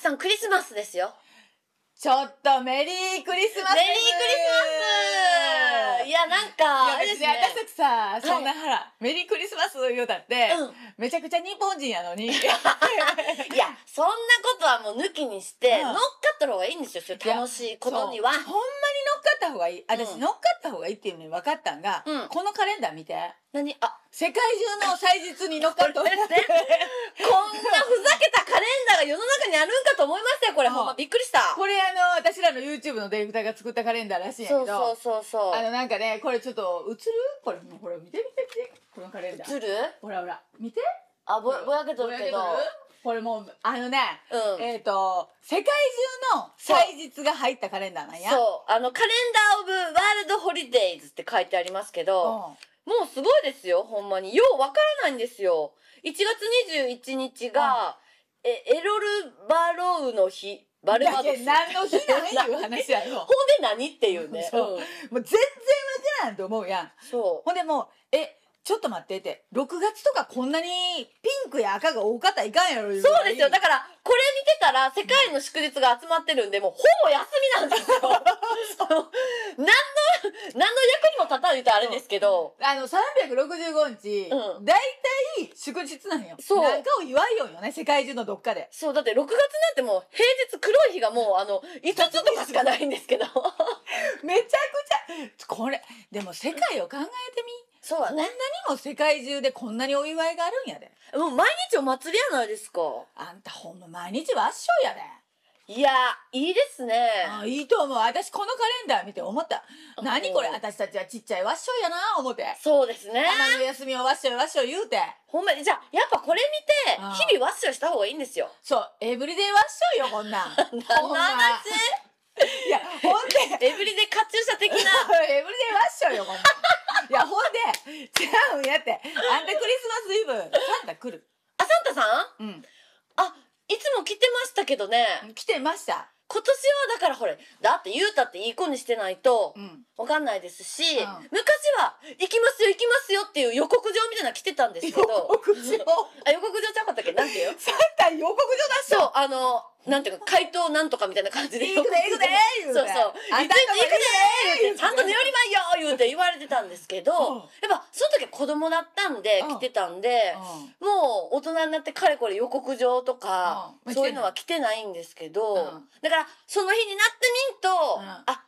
さんクリスマスですよ。ちょっとメリークリスマスメリークリスマスいや、なんか、あれいやで別すにね。私たちさ、そんなほら、メリークリスマス言うたって、うめちゃくちゃ日本人やのに。ん。い や、そんなことはもう抜きにして、うん乗っかった方がいいんですよ、そういう楽しい ことには。そうほんまに乗っかった方がいい。私、うん乗っかった方がいいっていうのに分かったんが、うんこのカレンダー見て。何あ、世界中の祭日に乗っかった方がいい。こんなふざけたカレンダーが世の中にあるんかと思いましたよ、これ。うんほんまびっくりした。これあの、私らの YouTube のディレクターが作ったカレンダーらしいんやけそど。うそうそうそあう。のなんかね、これちょっと映るこれ、ほら見て見て見て。このカレンダー。ずるほらほら、見て。あ、ぼぼやけとるけど。ぼやけとるこれもう、あのね、うん。えっ、と、世界中の祭日が入ったカレンダーなんや。そう。あの、カレンダーオブワールドホリデイズって書いてありますけど、うんもうすごいですよ、ほんまに。ようわからないんですよ。1月21日が、え、エロルバロウの日、バルバドだス。ほけんどで何の日なんいう話やろ。何っていう ね。 そううんもう全然わからんと思うやん。そほんでもう、え、ちょっと待ってって、6月とかこんなにピンクや赤が多かったらいかんやろ。う。そうですよ。だかから、これ見てたら、世界の祝日が集まってるんで、もうほぼ休みなん ですよ。そう何の、何の役にも立たないとあれですけど、ら。あの、365日、う大体祝日なんよ。そうなんかを祝いようよね、世界中のどっかで。そう、だって6月なんてもう平日黒い日がもう、あの、5つとかしかないんですけど。めちゃくちゃ、これ、でも世界を考えてみ。そうこんなに。も世界中でこんなにお祝いがあるんやで。もう毎日お祭りやないですか。あんたほんま毎日はっしょやで。いや、いいですね。あいいと思う。私このカレンダー見て思った。うん何これ私たちはちっちゃいわっしょいやな思って。そうですね。たまの休みをわっしょいわっしょい言うて。ほんまに、じゃあ、やっぱこれあ見ーて、日々ワッショイした方がいいんですよ。そう、エブリデイわっしょいよこんな ん。何ほんのま話いや、ほんで、 エブリデイカチューシャ的な。エブリデイわっしょいよこんなん。いや、ほんで、違うんやって。あんたクリスマスイブ、サンタ来る。あ、サンタさんうあ、いつも来てましたけどね。ん。来てました。今年はだからほれ、だって言うたっていい子にしてないと、ん。わかんないですし、うん昔は、行きますよ、行きますよっていう予告状みたいなの来てたんですけ予ど、告状。あ、予告状ちゃうかったっけなんていうサンタ予告状出しそう、あの、なんていうか、回答なんとかみたいな 感じで。て。行くで行くで言そううて。そう。いついつ行くでちゃんと寝よりまいよ言うて言われてたんですけど、うんやっぱその時子供だったんでうん来てたんで、もう大人になってかれこれ予告状とか、うんそういうのは来てないんですけど、うんだからその日になってみんと、うんあ、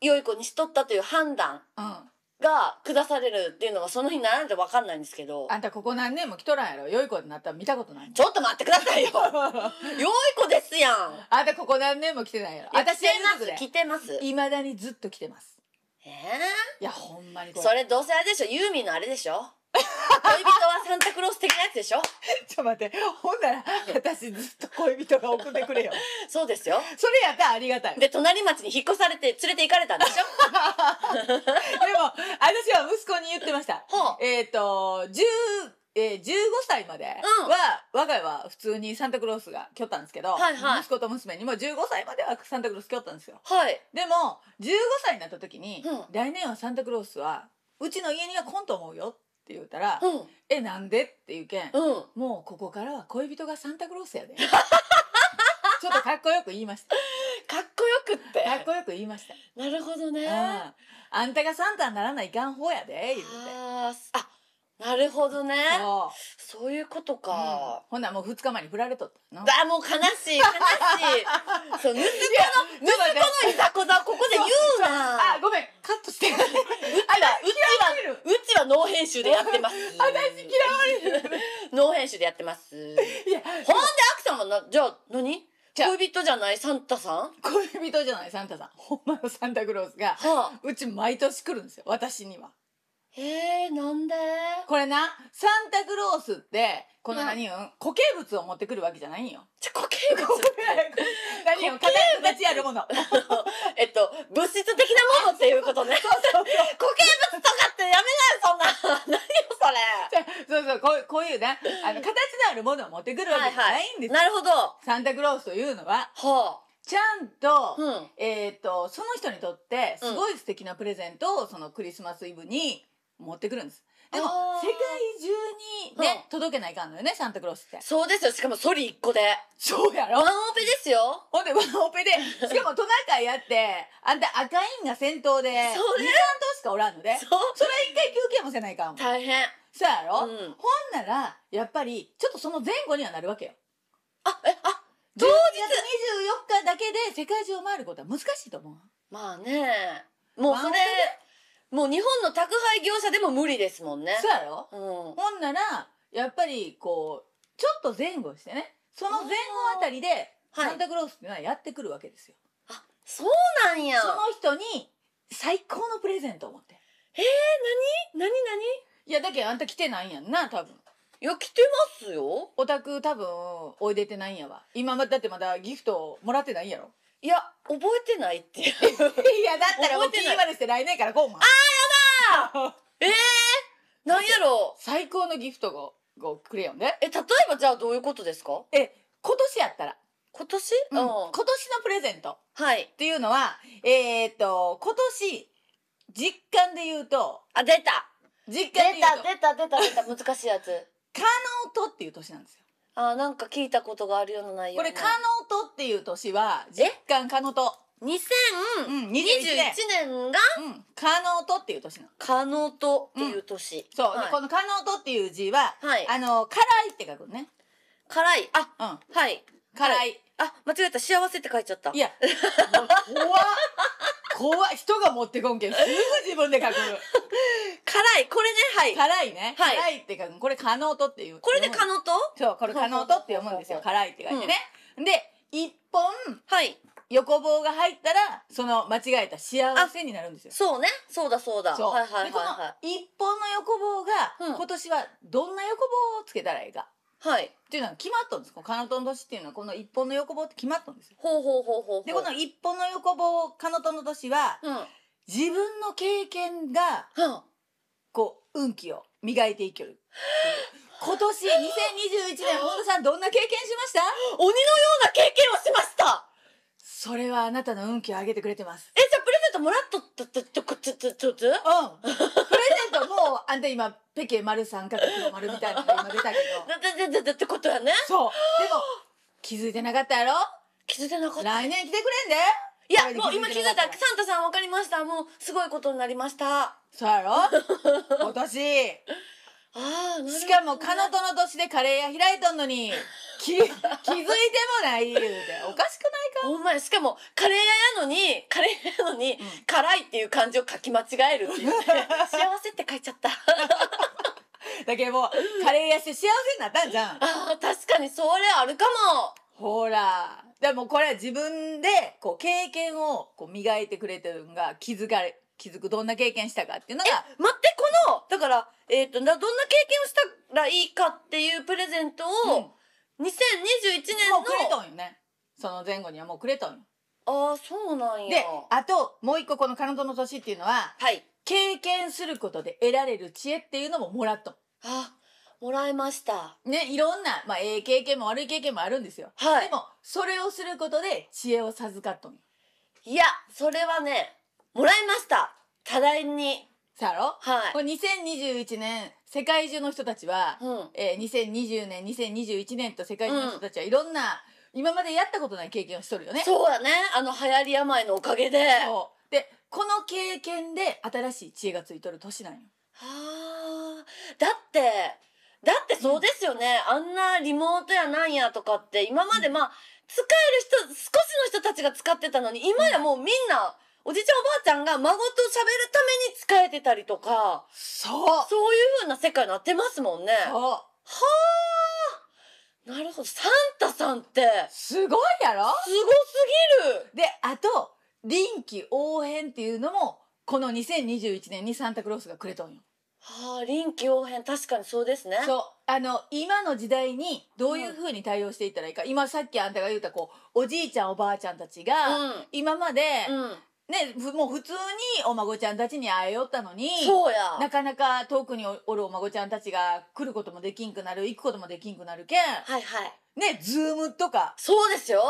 良い子にしとったという判断うん。が下されるっていうのがその日にならないとわかんないんですけど、あんたここ何年も来とらんやろ良い子になったら見たことないちょっと待ってくださいよ良い子ですやん あんたここ何年も来てないやろいや来私てますで来てますいまだにずっと来てますえいやほんまにー、これそれどうせあれでしょユーミンのあれでしょ 恋人はサンタクロース的なやつでしょちょっと待ってほんなら私ずっと恋人が送ってくれよそうですよそれやったらありがたいでもで隣町に引っ越されて連れて行かれたんでしょ私は息子に言ってましたほうえっ、と10えー、15歳までは、我が家は普通にサンタクロースが来よったんですけど、はいはい息子と娘にも15歳まではサンタクロース来よったんですよ はいでも15歳になった時に、うん来年はサンタクロースはうちの家には来んと思うよって言ったら「うんえなんで?」っていうけん、うんもうここからは恋人がサンタクロースやでちょっとかっこよく言いま したかっこよくってかっこよく言いました、なるほどねうんあんたがサンタにならないかん方やで言うてあーあなるほどねそうそういうことうんか、ほんならもう2日前に振られとった のあもう悲しい 悲しいそう息子の息子のいざこざをここで言うなあごめんカットして うちはうるうちはノー編集でやって ます私嫌われるノー編集でやって ますほんで いやアクさんはなじゃあ何じゃあ恋人じゃないサンタさんは恋人じゃないサンタさんほんまのサンタクロースがあうち毎年来るんですよ私にはへえなんでこれなサンタクロースってこのうん何よ、固形物を持ってくるわけじゃないん よじゃ固形 物って何よ固形物形あるものそう えっと物質的なものっていうことねそう固形物とかってやめなよそんな何よそ そうそうこうこういうねあの形のあるものを持ってくるれわけじゃないんですよ、なるほどサンタクロースというのははちゃんあと、うんえっ、とその人にとってすごい素敵なプレゼントをそのクリスマスイブに持ってくるんですでもあー世界中にね、届けないかんのよねサンタクロースってそうですよ。しかもソリ一個で。そうやワろンオペですよ。ほんでワンオ ペでしかもトナカイやってあんた赤インが先頭で2、3そ頭れしかおらんのでそう。それ一回休憩もせないかんもんそう大変。やうろ、んほんならやっぱりちょっとその前後にはなるわけよあ、え、あ、当当日日24日だけで世界中を回ることは難しいと思うまあね。もうそワンオれペ、もう日本の宅配業者でも無理ですもんね。そうやろうん。ほんならやっぱりこうちょっと前後してねその前後あたりではいサンタクロースっていうのはやってくるわけですよ、そうなんや。その人に最高のプレゼントを持ってなになにいやだけどあんた来てないんやんな多分いや、来てますよ。お宅多分おいでてないんやわ今まだってまだギフトもらってないんやろいや、覚えてないっていう。 いやだったらもう覚えて気ないにまでして来年からこうもんええー、なんやろう。最高のギフトををくれよんでえ、例えばじゃあどういうことですかえ今年やったら、今年うん今年のプレゼントはいっ。ていうのはえーっと今年実感で言うとあ、出た。実出感で言うた、と出た、出た、出た。難しいやつ。カノートっていう年なんですよ あ、なんか聞いたことがあるような内容。これカノートっていう年は実感カノトう2021ん21年年がうんカノートっていう年なのカノトっていう年。そう、はでいこのカノートっていう字は、はいあの辛いって書くのね辛い。あ、うんはい。辛い、、はいあ、間違えた。幸せって書いちゃった。や怖っ怖い人が持ってこんけんすぐ自分で書く辛い。これね、はい。辛いね、はい辛いって書くこれカノートっていうこれでカノトそう、これ可能とって読むんですよ。辛いって書いてね。で、一本はい。横棒が入ったら、その間違えた幸せになるんですよ。そうね。そうだ、そうだ。そう。はいはいで、このは一本の横棒うが、ん今年はどんな横棒をつけたらいいか。いはい。はい。っていうのは決まっとんです。この可能との年っていうのは、この一本の横棒って決まっとんですよ。ほうほうほうほうほう。で、この一本の横棒、可能との年は、うん。は自分の経験が、あこう、運気を磨いていける。今年、2021年、本田さんどんな経験しました鬼のような経験をしましたそれはあなたの運気を上げてくれてます。え、じゃあプレゼントもらっとったってとこちょちょちょちょ うん。プレゼントもう、あんた今、ペケ丸三角形丸みたいなのが今出たけど。だだだだだってことやね。そう。でも、気づいてなかったやろ気づいてなかった。来年来てくれんで。いやこれ、でもう今気づいなかた。っサンタさんわかりました。もうすごいことになりました。あそう やろ今年。あー、なるほどねしかも、かのとの年でカレー屋開いとんのに、き、気づいてもない言うて。おかしくないほんまや、しかも、カレー屋やのに、カレー屋やのに、ん辛いっていう漢字を書き間違える っていうね。幸せって書いちゃった。だけどもう、カレー屋して幸せになったんじゃん。ああ、確かにそれあるかも。ほら。でもこれは自分で、こう、経験をこう磨いてくれてるんが、気づかれ、気づく、どんな経験したかっていうのが、待って、この、だから、えっ、と、などんな経験をしたらいいかっていうプレゼントうんを、2021年の、もうくれとんよねその前後にはもうくれとんよああ、そうなんや。であともう一個この「彼女の年」っていうのははい。経験することで得られる知恵っていうのももらっとあ、もらいました。んねいろんな、まあ、ええ経験も悪い経験もあるんですよ、はいでもそれをすることで知恵を授かっとんよいや、それはね、もらいました。多大に。さあろ、はいこれ2021年世界中の人たちは、うん。えー2020年2021年と世界中の人たちはいろんな、今までやったことない経験をしとるよねそうやね。あの、流行り病のおかげで。そうでこの経験で新しい知恵がついとる年なんよはあだってだってそうですよね、あんなリモートやなんやとかって今までまあ使える人少しの人たちが使ってたのに今やもうみんなおじいちゃんおばあちゃんが孫と喋るために使えてたりとかそうそういう風な世界になってますもんね。そうなるほどサンタさんってすごいやろすごすぎるであと臨機応変っていうのもこの2021年にサンタクロースがくれとんよはあ臨機応変確かにそうですね。そうあの今の時代にどういうふうに対応していったらいいか、今さっきあんたが言ったこうおじいちゃんおばあちゃんたちが、うん今まで、うん、ねふもう普通にお孫ちゃんたちに会えよったのにそうやなかなか遠くにおおるお孫ちゃんたちが来ることもできんくなる行くこともできんくなるけんはいはいねズームとかそうですよ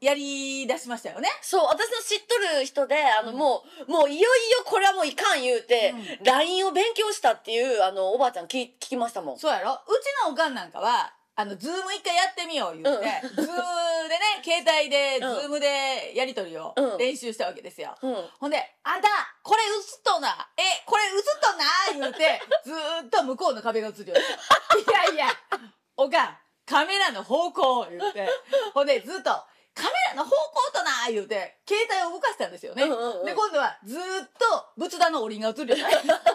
やり出しましたよね。そう、私の知っとる人で、あの、うんもう、もういよいよこれはもういかん言うて、LINE を勉強したっていう、あの、おばあちゃん聞聞きましたもん。そうやろうちのおかんなんかは、あの、ズーム一回やってみよう言うて、ズームでね、携帯で、うんズームでやりとりをうん練習したわけですよ。うん。ほんで、あんた、これ映っとんな、え、これ映っとんな、言うて、ずーっと向こうの壁が映るようになった。いやいや、おかん、カメラの方向、言うて、ほんで、ずっと、カメラの方向とな、言うて、携帯を動かしたんですよね。うんうんうんで、今度は、ずーっと、仏壇のおりんが映るようになった。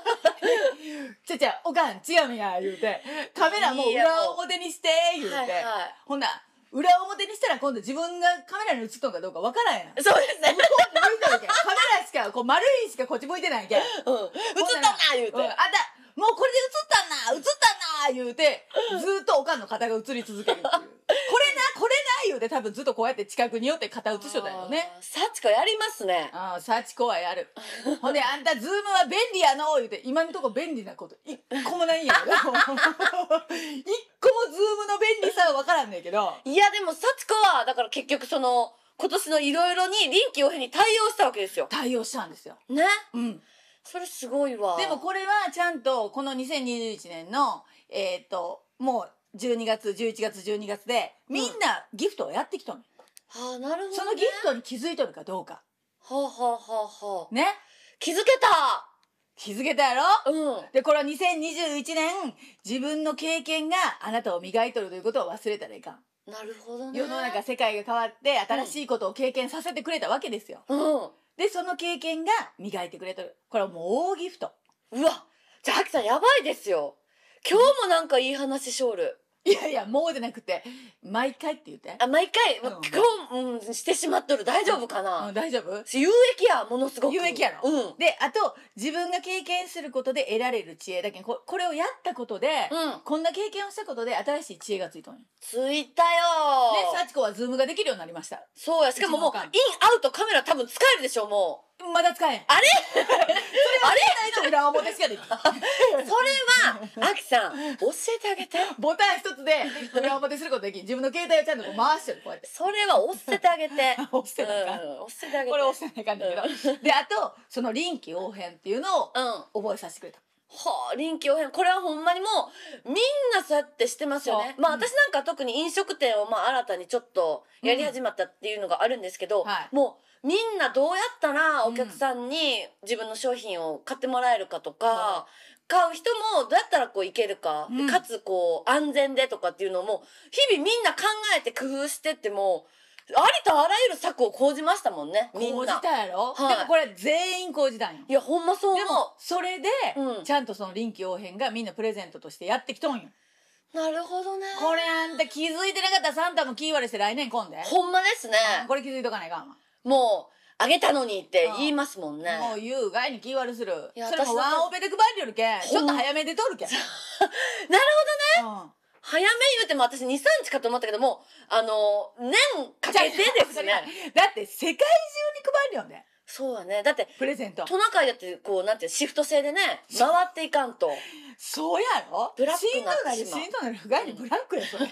ちゃちゃ、おかん、違うんや、言うて、カメラもう裏表にして、言うて、はいはほんなら裏表にしたら今度自分がカメラに映っとんかどうかわからんやん。い。そうですね。向いてるけんカメラしかこう丸いしかこっち向いてないけん、うう、ん。映ったな言うんあんてた。もうこれで映ったんな映ったんな言うてずっとおかんの肩が映り続けるっていうこれなこれな言うて多分ずっとこうやって近くに寄って肩映しとったんやろねあー。サチコやりますね。ああ幸子はやるほんであんたズームは便利やの言うて今のとこ便利なこと一個もないんやろ 一個もズームの便利さは分からんねんけどいや、でもサチコは、だから結局その、今年のいろいろに臨機応変に対応したわけですよ。対応したんですよ、ね。うん、それすごいわ。でもこれはちゃんとこの2021年のえっ、ともう12月11月12月でみんなギフトをやってきとん、ああ、なるほど、ね。そのギフトに気づいとるかどうかはあ、はあはあはあ、ね気づけた気づけたやろうん。でこれは2021年自分の経験があなたを磨いとるということを忘れたらいかんなるほどね。世の中世界が変わって新しいことを経験させてくれたわけですようでその経験が磨いてくれとるこれはもう大ギフトん。うわ、じゃあ、あきさんやばいですよ。今日もなんかいい話しょおる。いやいやもうじゃなくて毎回って言ってあ、毎回、うん今日、うん、してしまっとる。大丈夫かな、うん大丈夫有益や、ものすごく。有益やろうん。であと自分が経験することで得られる知恵だけどここれをやったことで、うん。こんな経験をしたことで新しい知恵がついたんよでついたよ幸子はズームができるようになりましたそうや。しかももう、イ一ン番わかるアウトカメラ多分使えるでしょ、も まだ使えんあれ。それは携帯の裏表しかできないうそれは、あきさん、教えてあげて。ボタン一つで裏表することできる自分の携帯をちゃんとこう回してるこうやってそれは押せてあげ て。押してうん、なんかん、押せてあげて。これ押してないかんだけど、であとその臨機応変っていうのをうん。覚えさせてくれたはあ、臨機応変。これはほんまにもう、みんなそうやってしてますよね。そうまあうん私なんか特に飲食店をまあ新たにちょっとやり始まったっていうのがあるんですけど、うんはいもうみんなどうやったらお客さんに自分の商品を買ってもらえるかとか、買う人もどうやったらこういけるか、うんかつこう安全でとかっていうのも、日々みんな考えて工夫してっても、ありとあらゆる策を講じましたもんね、みん講じな。たやろ、はいでもこれ全員講じたんよいや、ほんまそう思でう。もそれで、うんちゃんとその臨機応変がみんなプレゼントとしてやってきとんよなるほどね。これあんた気づいてなかったらサンタも気割れして来年来んでほんまですね。これ気づいとかないかんわもう、あげたのにって言いますもんね。もう言う外に気割れするいやそれも私だってワンオペで配りよるけんちょっと早めで取 るけんなるほどね、早め言うても私2、3日かと思ったけども、あの、年かけてですね。うんだって世界中に配るよねそうやね。だって、プレゼントトナカイだって、こう、なんていう、シフト制でね、回っていかんと。そうやろブラックしんにどなっなてるししまうんどなる外にブラック やそれい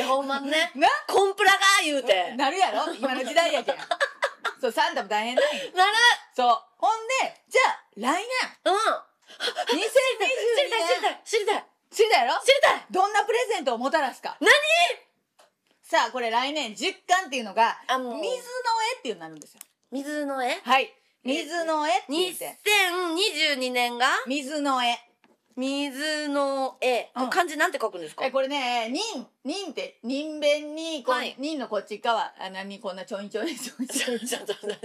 や、ほんまにね。なコンプラが言うて。なるやろ今の時代 やけんそうサンタも大変だよなるそうほんでじゃあ来年うん2022年知りたい知りたい知りたい知りたいやろ知りたいどんなプレゼントをもたらすか何さあこれ来年10巻っていうのがあ「水もうの絵」っていうのになるんですよ水の絵はい「水の絵」って言って2022年が「水の絵水の絵。うん漢字なんて書くんです」かえこれね「忍」「忍」って人弁にこうはい忍のこっち側あ何こんなちょんちょんちょんち ちょょんちょちょちょちょ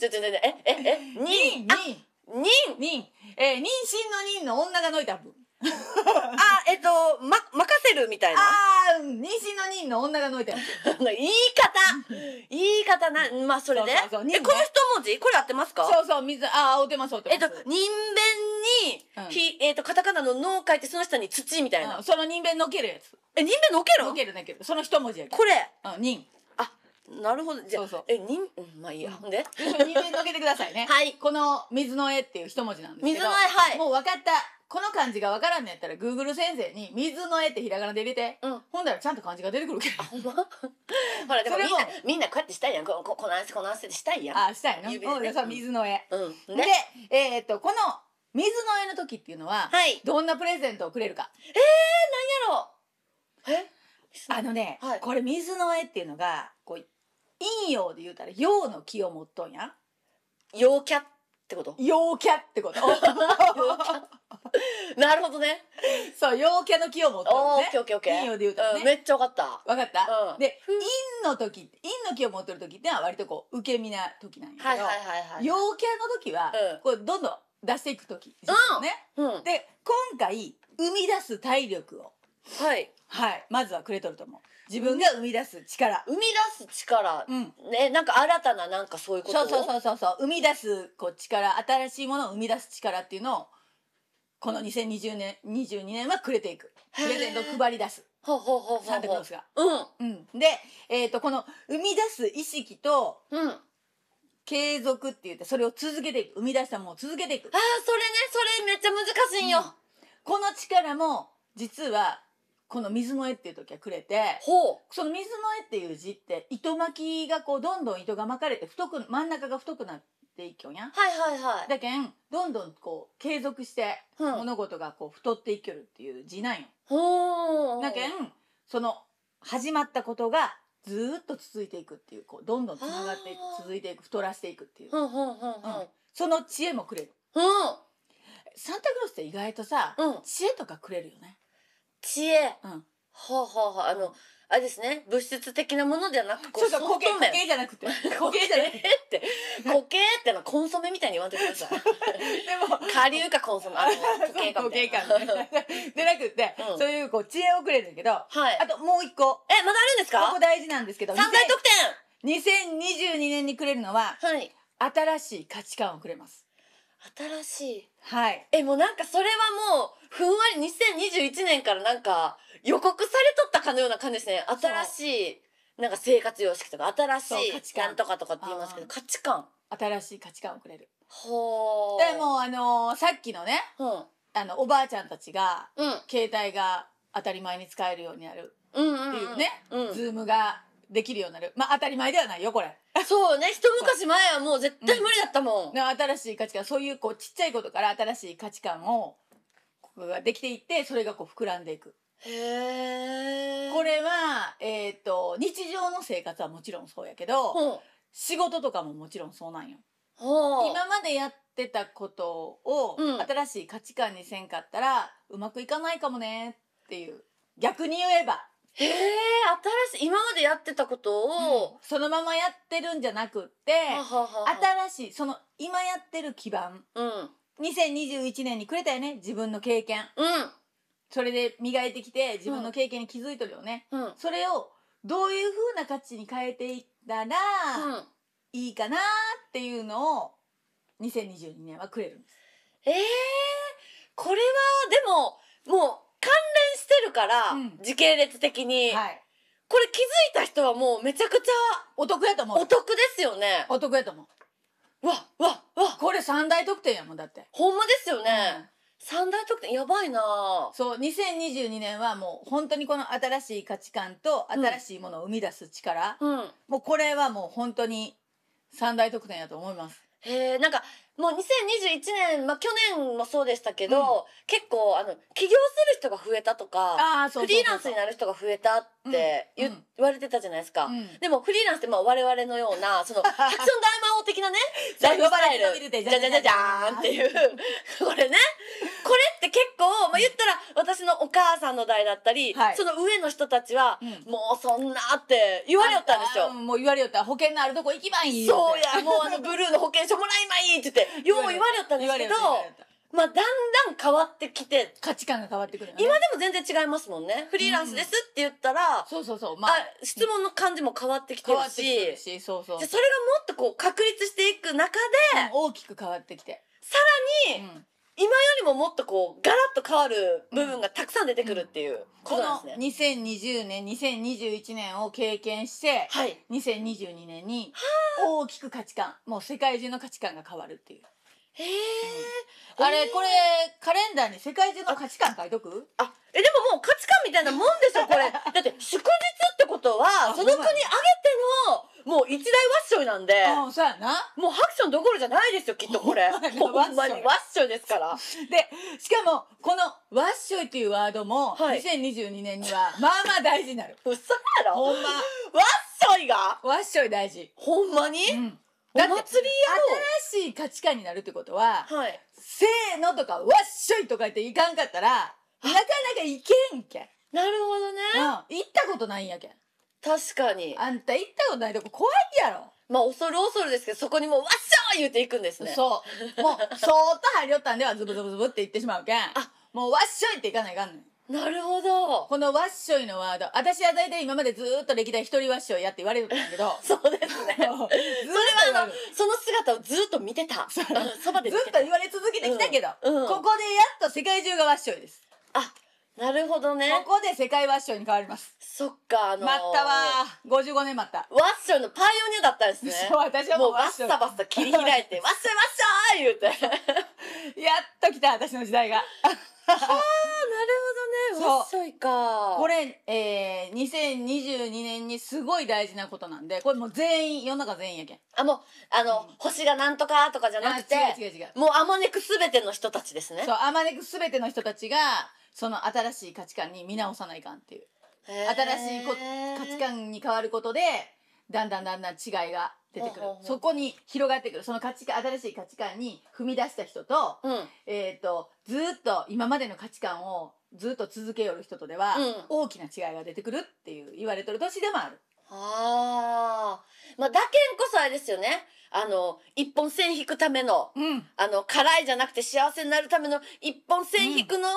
ちょちょえええに忍忍に忍えー妊娠の忍の女がのいた分あえっとま任せるみたいなあーうん妊娠の忍の女がのいた分言い方言い方なまあそれでそうそうそうえこの一文字これ合ってますかそうそう水ああおてますおてまえっすと人弁うんにひえっとカタカナの「の」を書いてその下に「土」みたいなうんその人弁のっけるやつえ人弁のっけろ のっけるのっけるその一文字やけどこれうん忍あなるほどじゃあそうそうえにんうんまあいいやほんで二面のけてくださいね。はいこの水の絵っていう一文字なんですけど。水の絵はいもう分かった。この漢字が分からんのやったら、Google 先生に水の絵ってひらがなで入れて。うんほんだらちゃんと漢字が出てくるけど。ほんま ほらでもそれみんもなみんなこうやってしたいやんこここの汗この汗でしたいやんあ、したいな。指でねうん、そう水の絵。うんでね、えーっと、この水の絵の時っていうのは、はいやどんなプレゼントをくれるか。ろえあのね、はいこれ水の絵っていうのが、こう、陰陽で言うたら陽の気を持っとんや。陽キャってこと 陽キャってこと。なるほどねそう、陽キャの気を持っとおんーオねッケー。オッケーオッケ陰ー陽で言うたらねうん。めっちゃよかったわかった、うんで陰の時って陰の気を持ってる時ってのは割とこう受け身な時なんやけど、はいはいはいはい陽キャの時はうんこうどんどん出していく時、自分をねうんで今回生み出す体力を、はいはい、まずはくれとると思う自分が生み出す力、生み出す力うん、ねなんか新たななんかそういうことそうそうそうそうそう生み出すこう力新しいものを生み出す力っていうのをこの2020年22年はくれていくへープレゼントを配り出すほうほうほうほうほうサンタクロースが。ううん、で、えー、とこの生み出す意識とんうんああ継続って言ってそれを続けていく生み出したものを続けていく、それねそれめっちゃ難しいんよ、この力も実はこの水の絵っていう時はくれてほその水の絵っていう字って糸巻きがこうどんどん糸が巻かれて太く真ん中が太くなっていくよんやんうはいはいはいだけんどんどんこう継続してうん物事がこう太っていけるっていう字なんよ、ほうだけんその始まったことがずーっと続いていくっていうこうどんどんつながっていくあー続いていく太らせていくっていう、ほんほんほんほんうんその知恵もくれるうサンタクロースって意外とさ、んうん知恵とかくれるよね。知恵うん。ほうほうほうあのあれですね物質的なものではなくそうそう、固形、固固形じゃなくて。 固形じゃなくて。って固形ってのはコンソメみたいに言わんといてくださいでも、下流かコンソメあの固形か そうみたい固形な感ね。でなくて、うんそういうこう知恵をくれるんだけど、あはいともう一個。えまだあるんですここか大事なんですけど、三回得点2022年にくれるのは、はい新しい価値観をくれます。新しいはい。えもうなんかそれはもうふんわり2021年からなんか予告されとったかのような感じですね新しいなんか生活様式とか新しそう価値い観なんとかとかって言いますけどあ価値観新しい価値観をくれる。ほうでもうあのーさっきのね、うんあの、おばあちゃんたちが、うん携帯が当たり前に使えるようになる。うんうんっていうんうねうんズームができるようになる。まあ当たり前ではないよ、これ。そうね一昔前はもう絶対無理だったもん、ね新しい価値観そういうこうちっちゃいことから新しい価値観をここができていってそれがこう膨らんでいく、へえこれは、えっと日常の生活はもちろんそうやけど、ほう仕事とかももちろんそうなんよ、ほう今までやってたことを、うん新しい価値観にせんかったらうまくいかないかもねっていう逆に言えば、へえ新しい今までやってたことうをん、そのままやってるんじゃなくってはははは新しいその今やってる基盤うん2021年にくれたよね自分の経験うんそれで磨いてきて自分の経験に気づいとるよね、うんうんそれをどういう風な価値に変えていったらいいかなっていうのを2022年はくれるんですええこれはでももう関連してるから、うん時系列的に、はいこれ気づいた人はもうめちゃくちゃお得やと思おう得ですよねお得やと思うわわわこれ三大得点やもんだって、ほんまですよね、三大得点やばいなぁそう2022年はもう本当にこの新しい価値観と新しいものを生み出す力、うんもうこれはもう本当に三大得点やと思いますへえなんかもう2021年、まあ、去年もそうでしたけど、うん結構あの起業する人が増えたとかああフリーランスになる人が増えたって言,、うんうん言われてたじゃないですか、うんでもフリーランスってまあ我々のようなそ のアクション大魔王的なねライフスタイ呼ばれてみるルでじゃじゃじゃじゃーんっていう これねこれって結構、まあ、言ったら私のお母さんの代だったり、はいその上の人たちは、うんもうそんなって言われよったんですよあ。ーもう言われよった保険のあるとこ行きばいいよそうや、もうあのブルーの保険証もらいまいって言 って、よう言われよったんですけど、まあだんだん変わってきて、価値観が変わってくるよね今でも全然違いますもんね。フリーランスですって言ったら、そうそうそうまああ、質問の感じも変わってきて変るわっし、てきてでるしそうそうそれがもっとこう確立していく中で、うん大きく変わってきてさらに、うん今よりももっとこうガラッと変わる部分がたくさん出てくるっていうこことなんのですね。 2020年2021年を経験してはい。 2022年に大きく価値観もう世界中の価値観が変わるっていうへえ。あれえーこれカレンダーに世界中の価値観書いとくあ、え、でももう価値観みたいなもんでしょ、こ れ。だって、祝日ってことは、あその国ほん挙まやげての、もう一大ワッショイなんで、ああそうやなもうハクションどころじゃないですよ、きっとこ れ。ほんまやなほんまにワワッッシショョイイですから。でしかもこの「ワッショイ」っていうワードもはい2022年にはまあまあ大事になるうっさやろほんまワッショイがワッショイ大事ほんまに、うんおだっ祭てり新しい価値観になるってことはやろはい。 「せーの」とか「わっしょい」とか言っていかんかったらなかなかいけんけん、なるほどね。うん、行ったことないんやけん確かに。あんた行ったことないとこ怖いやろ、まあ、恐る恐るですけど、そこにもうワッショイ言っていくんですね。そうもうそーっと入りよったんではズブズブズブって言ってしまうけんもう「わっしょい」っていかないかんねんなるほど。この「わっしょい」のワード私は大体今までずーっと歴代一人わっしょいやって言われるんだ けどそうですね。それはそれはあの、その姿をずっと見てた。そばでず見ってとた。言われ続けてきたけど、うんうんここでやっと世界中がわっしょいですあ、なるほどね。ここで世界ワッショイに変わりますそっか、あのー、待ったわー55年待ったワッショイのパイオニアだったんですね。そう私はももううワッショサイバッサ切り開い て、ワッショイワッショイ言うて。あ、なるやっと来た私の時代がほどね。そうワッショイか。これ、えー、2022年にすごい大事なことなんでこれもう全員世の中全員やけんあ、もう、あの、星がなんとかとかじゃなくて、あ違う違う違うもうあまねくすべての人たちですねそ。うあまねく全ての人たちがその新しい価値観に見直さないかんっていうへー新しいこ価値観に変わることでだんだんだんだん違いが出てくるほうほうほうそこに広がってくるその価値観新しい価値観に踏み出した人と,、うん。えー、とずーっと今までの価値観をずっと続けよる人とでは、うん大きな違いが出てくるっていう言われてる年でもある。ああ。まあ、だけんこそあれですよね。あの、一本線引くための、うんあの、辛いじゃなくて幸せになるための一本線引くのを、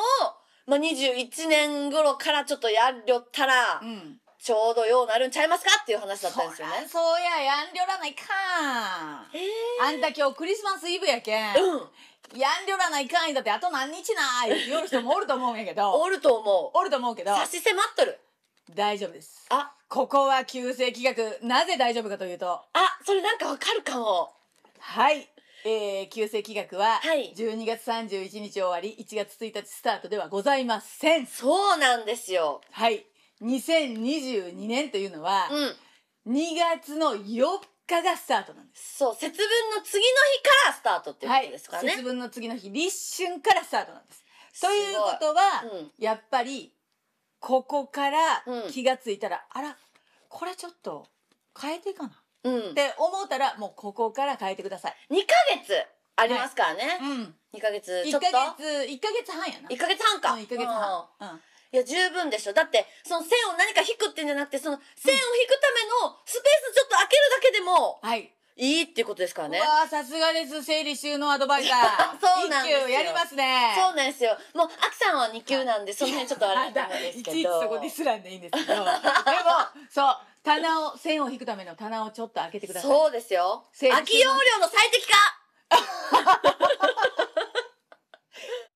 まあ、21年頃からちょっとやりょったら、うんちょうどようなるんちゃいますかっていう話だったんですよね。そらそうややんりょらないかんえあんた今日クリスマスイブやけん、ー、うん。やんりょらないかんだってあと何日な ーいって言う人もおると思うんやけどおると思う。おると思うけど差し迫っとる。大丈夫ですあ、ここは旧世企画なぜ大丈夫かというとあ、それなんかわかるかも。はい、えー、旧世企画ははい12月31日終わり1月1日スタートではございませんそうなんですよ。はい2022年というのはうん。 2月の4日がスタートなんですそう、節分の次の日からスタートっていうことですかね。はい、節分の次の日立春からスタートなんですということは、うん。やっぱりここからうん気がついたら、あらこれちょっと変えていかなうんっ。て思ったらもうここから変えてください、 2ヶ月ありますからね。うん、 2ヶ月1ちょヶっと月1ヶ月半やな1ヶ月半か。うん、1ヶ月半、うんいや、十分でしょ。だって、その線を何か引くってんじゃなくて、その線を引くためのスペースちょっと開けるだけでもはい、いいっていうことですからねうわ。あさすがです整理収納アドバイザー そうなんですよ一級やりますねそうなんですよ。もう、アキさんは2級なんで、その辺ちょっとあれたなんだでいちすいけど。ちそこディスらんでいいんですけどでもそう棚を線を引くための棚をちょっと開けてくださいそうですよ。空整理収納き容量の最適化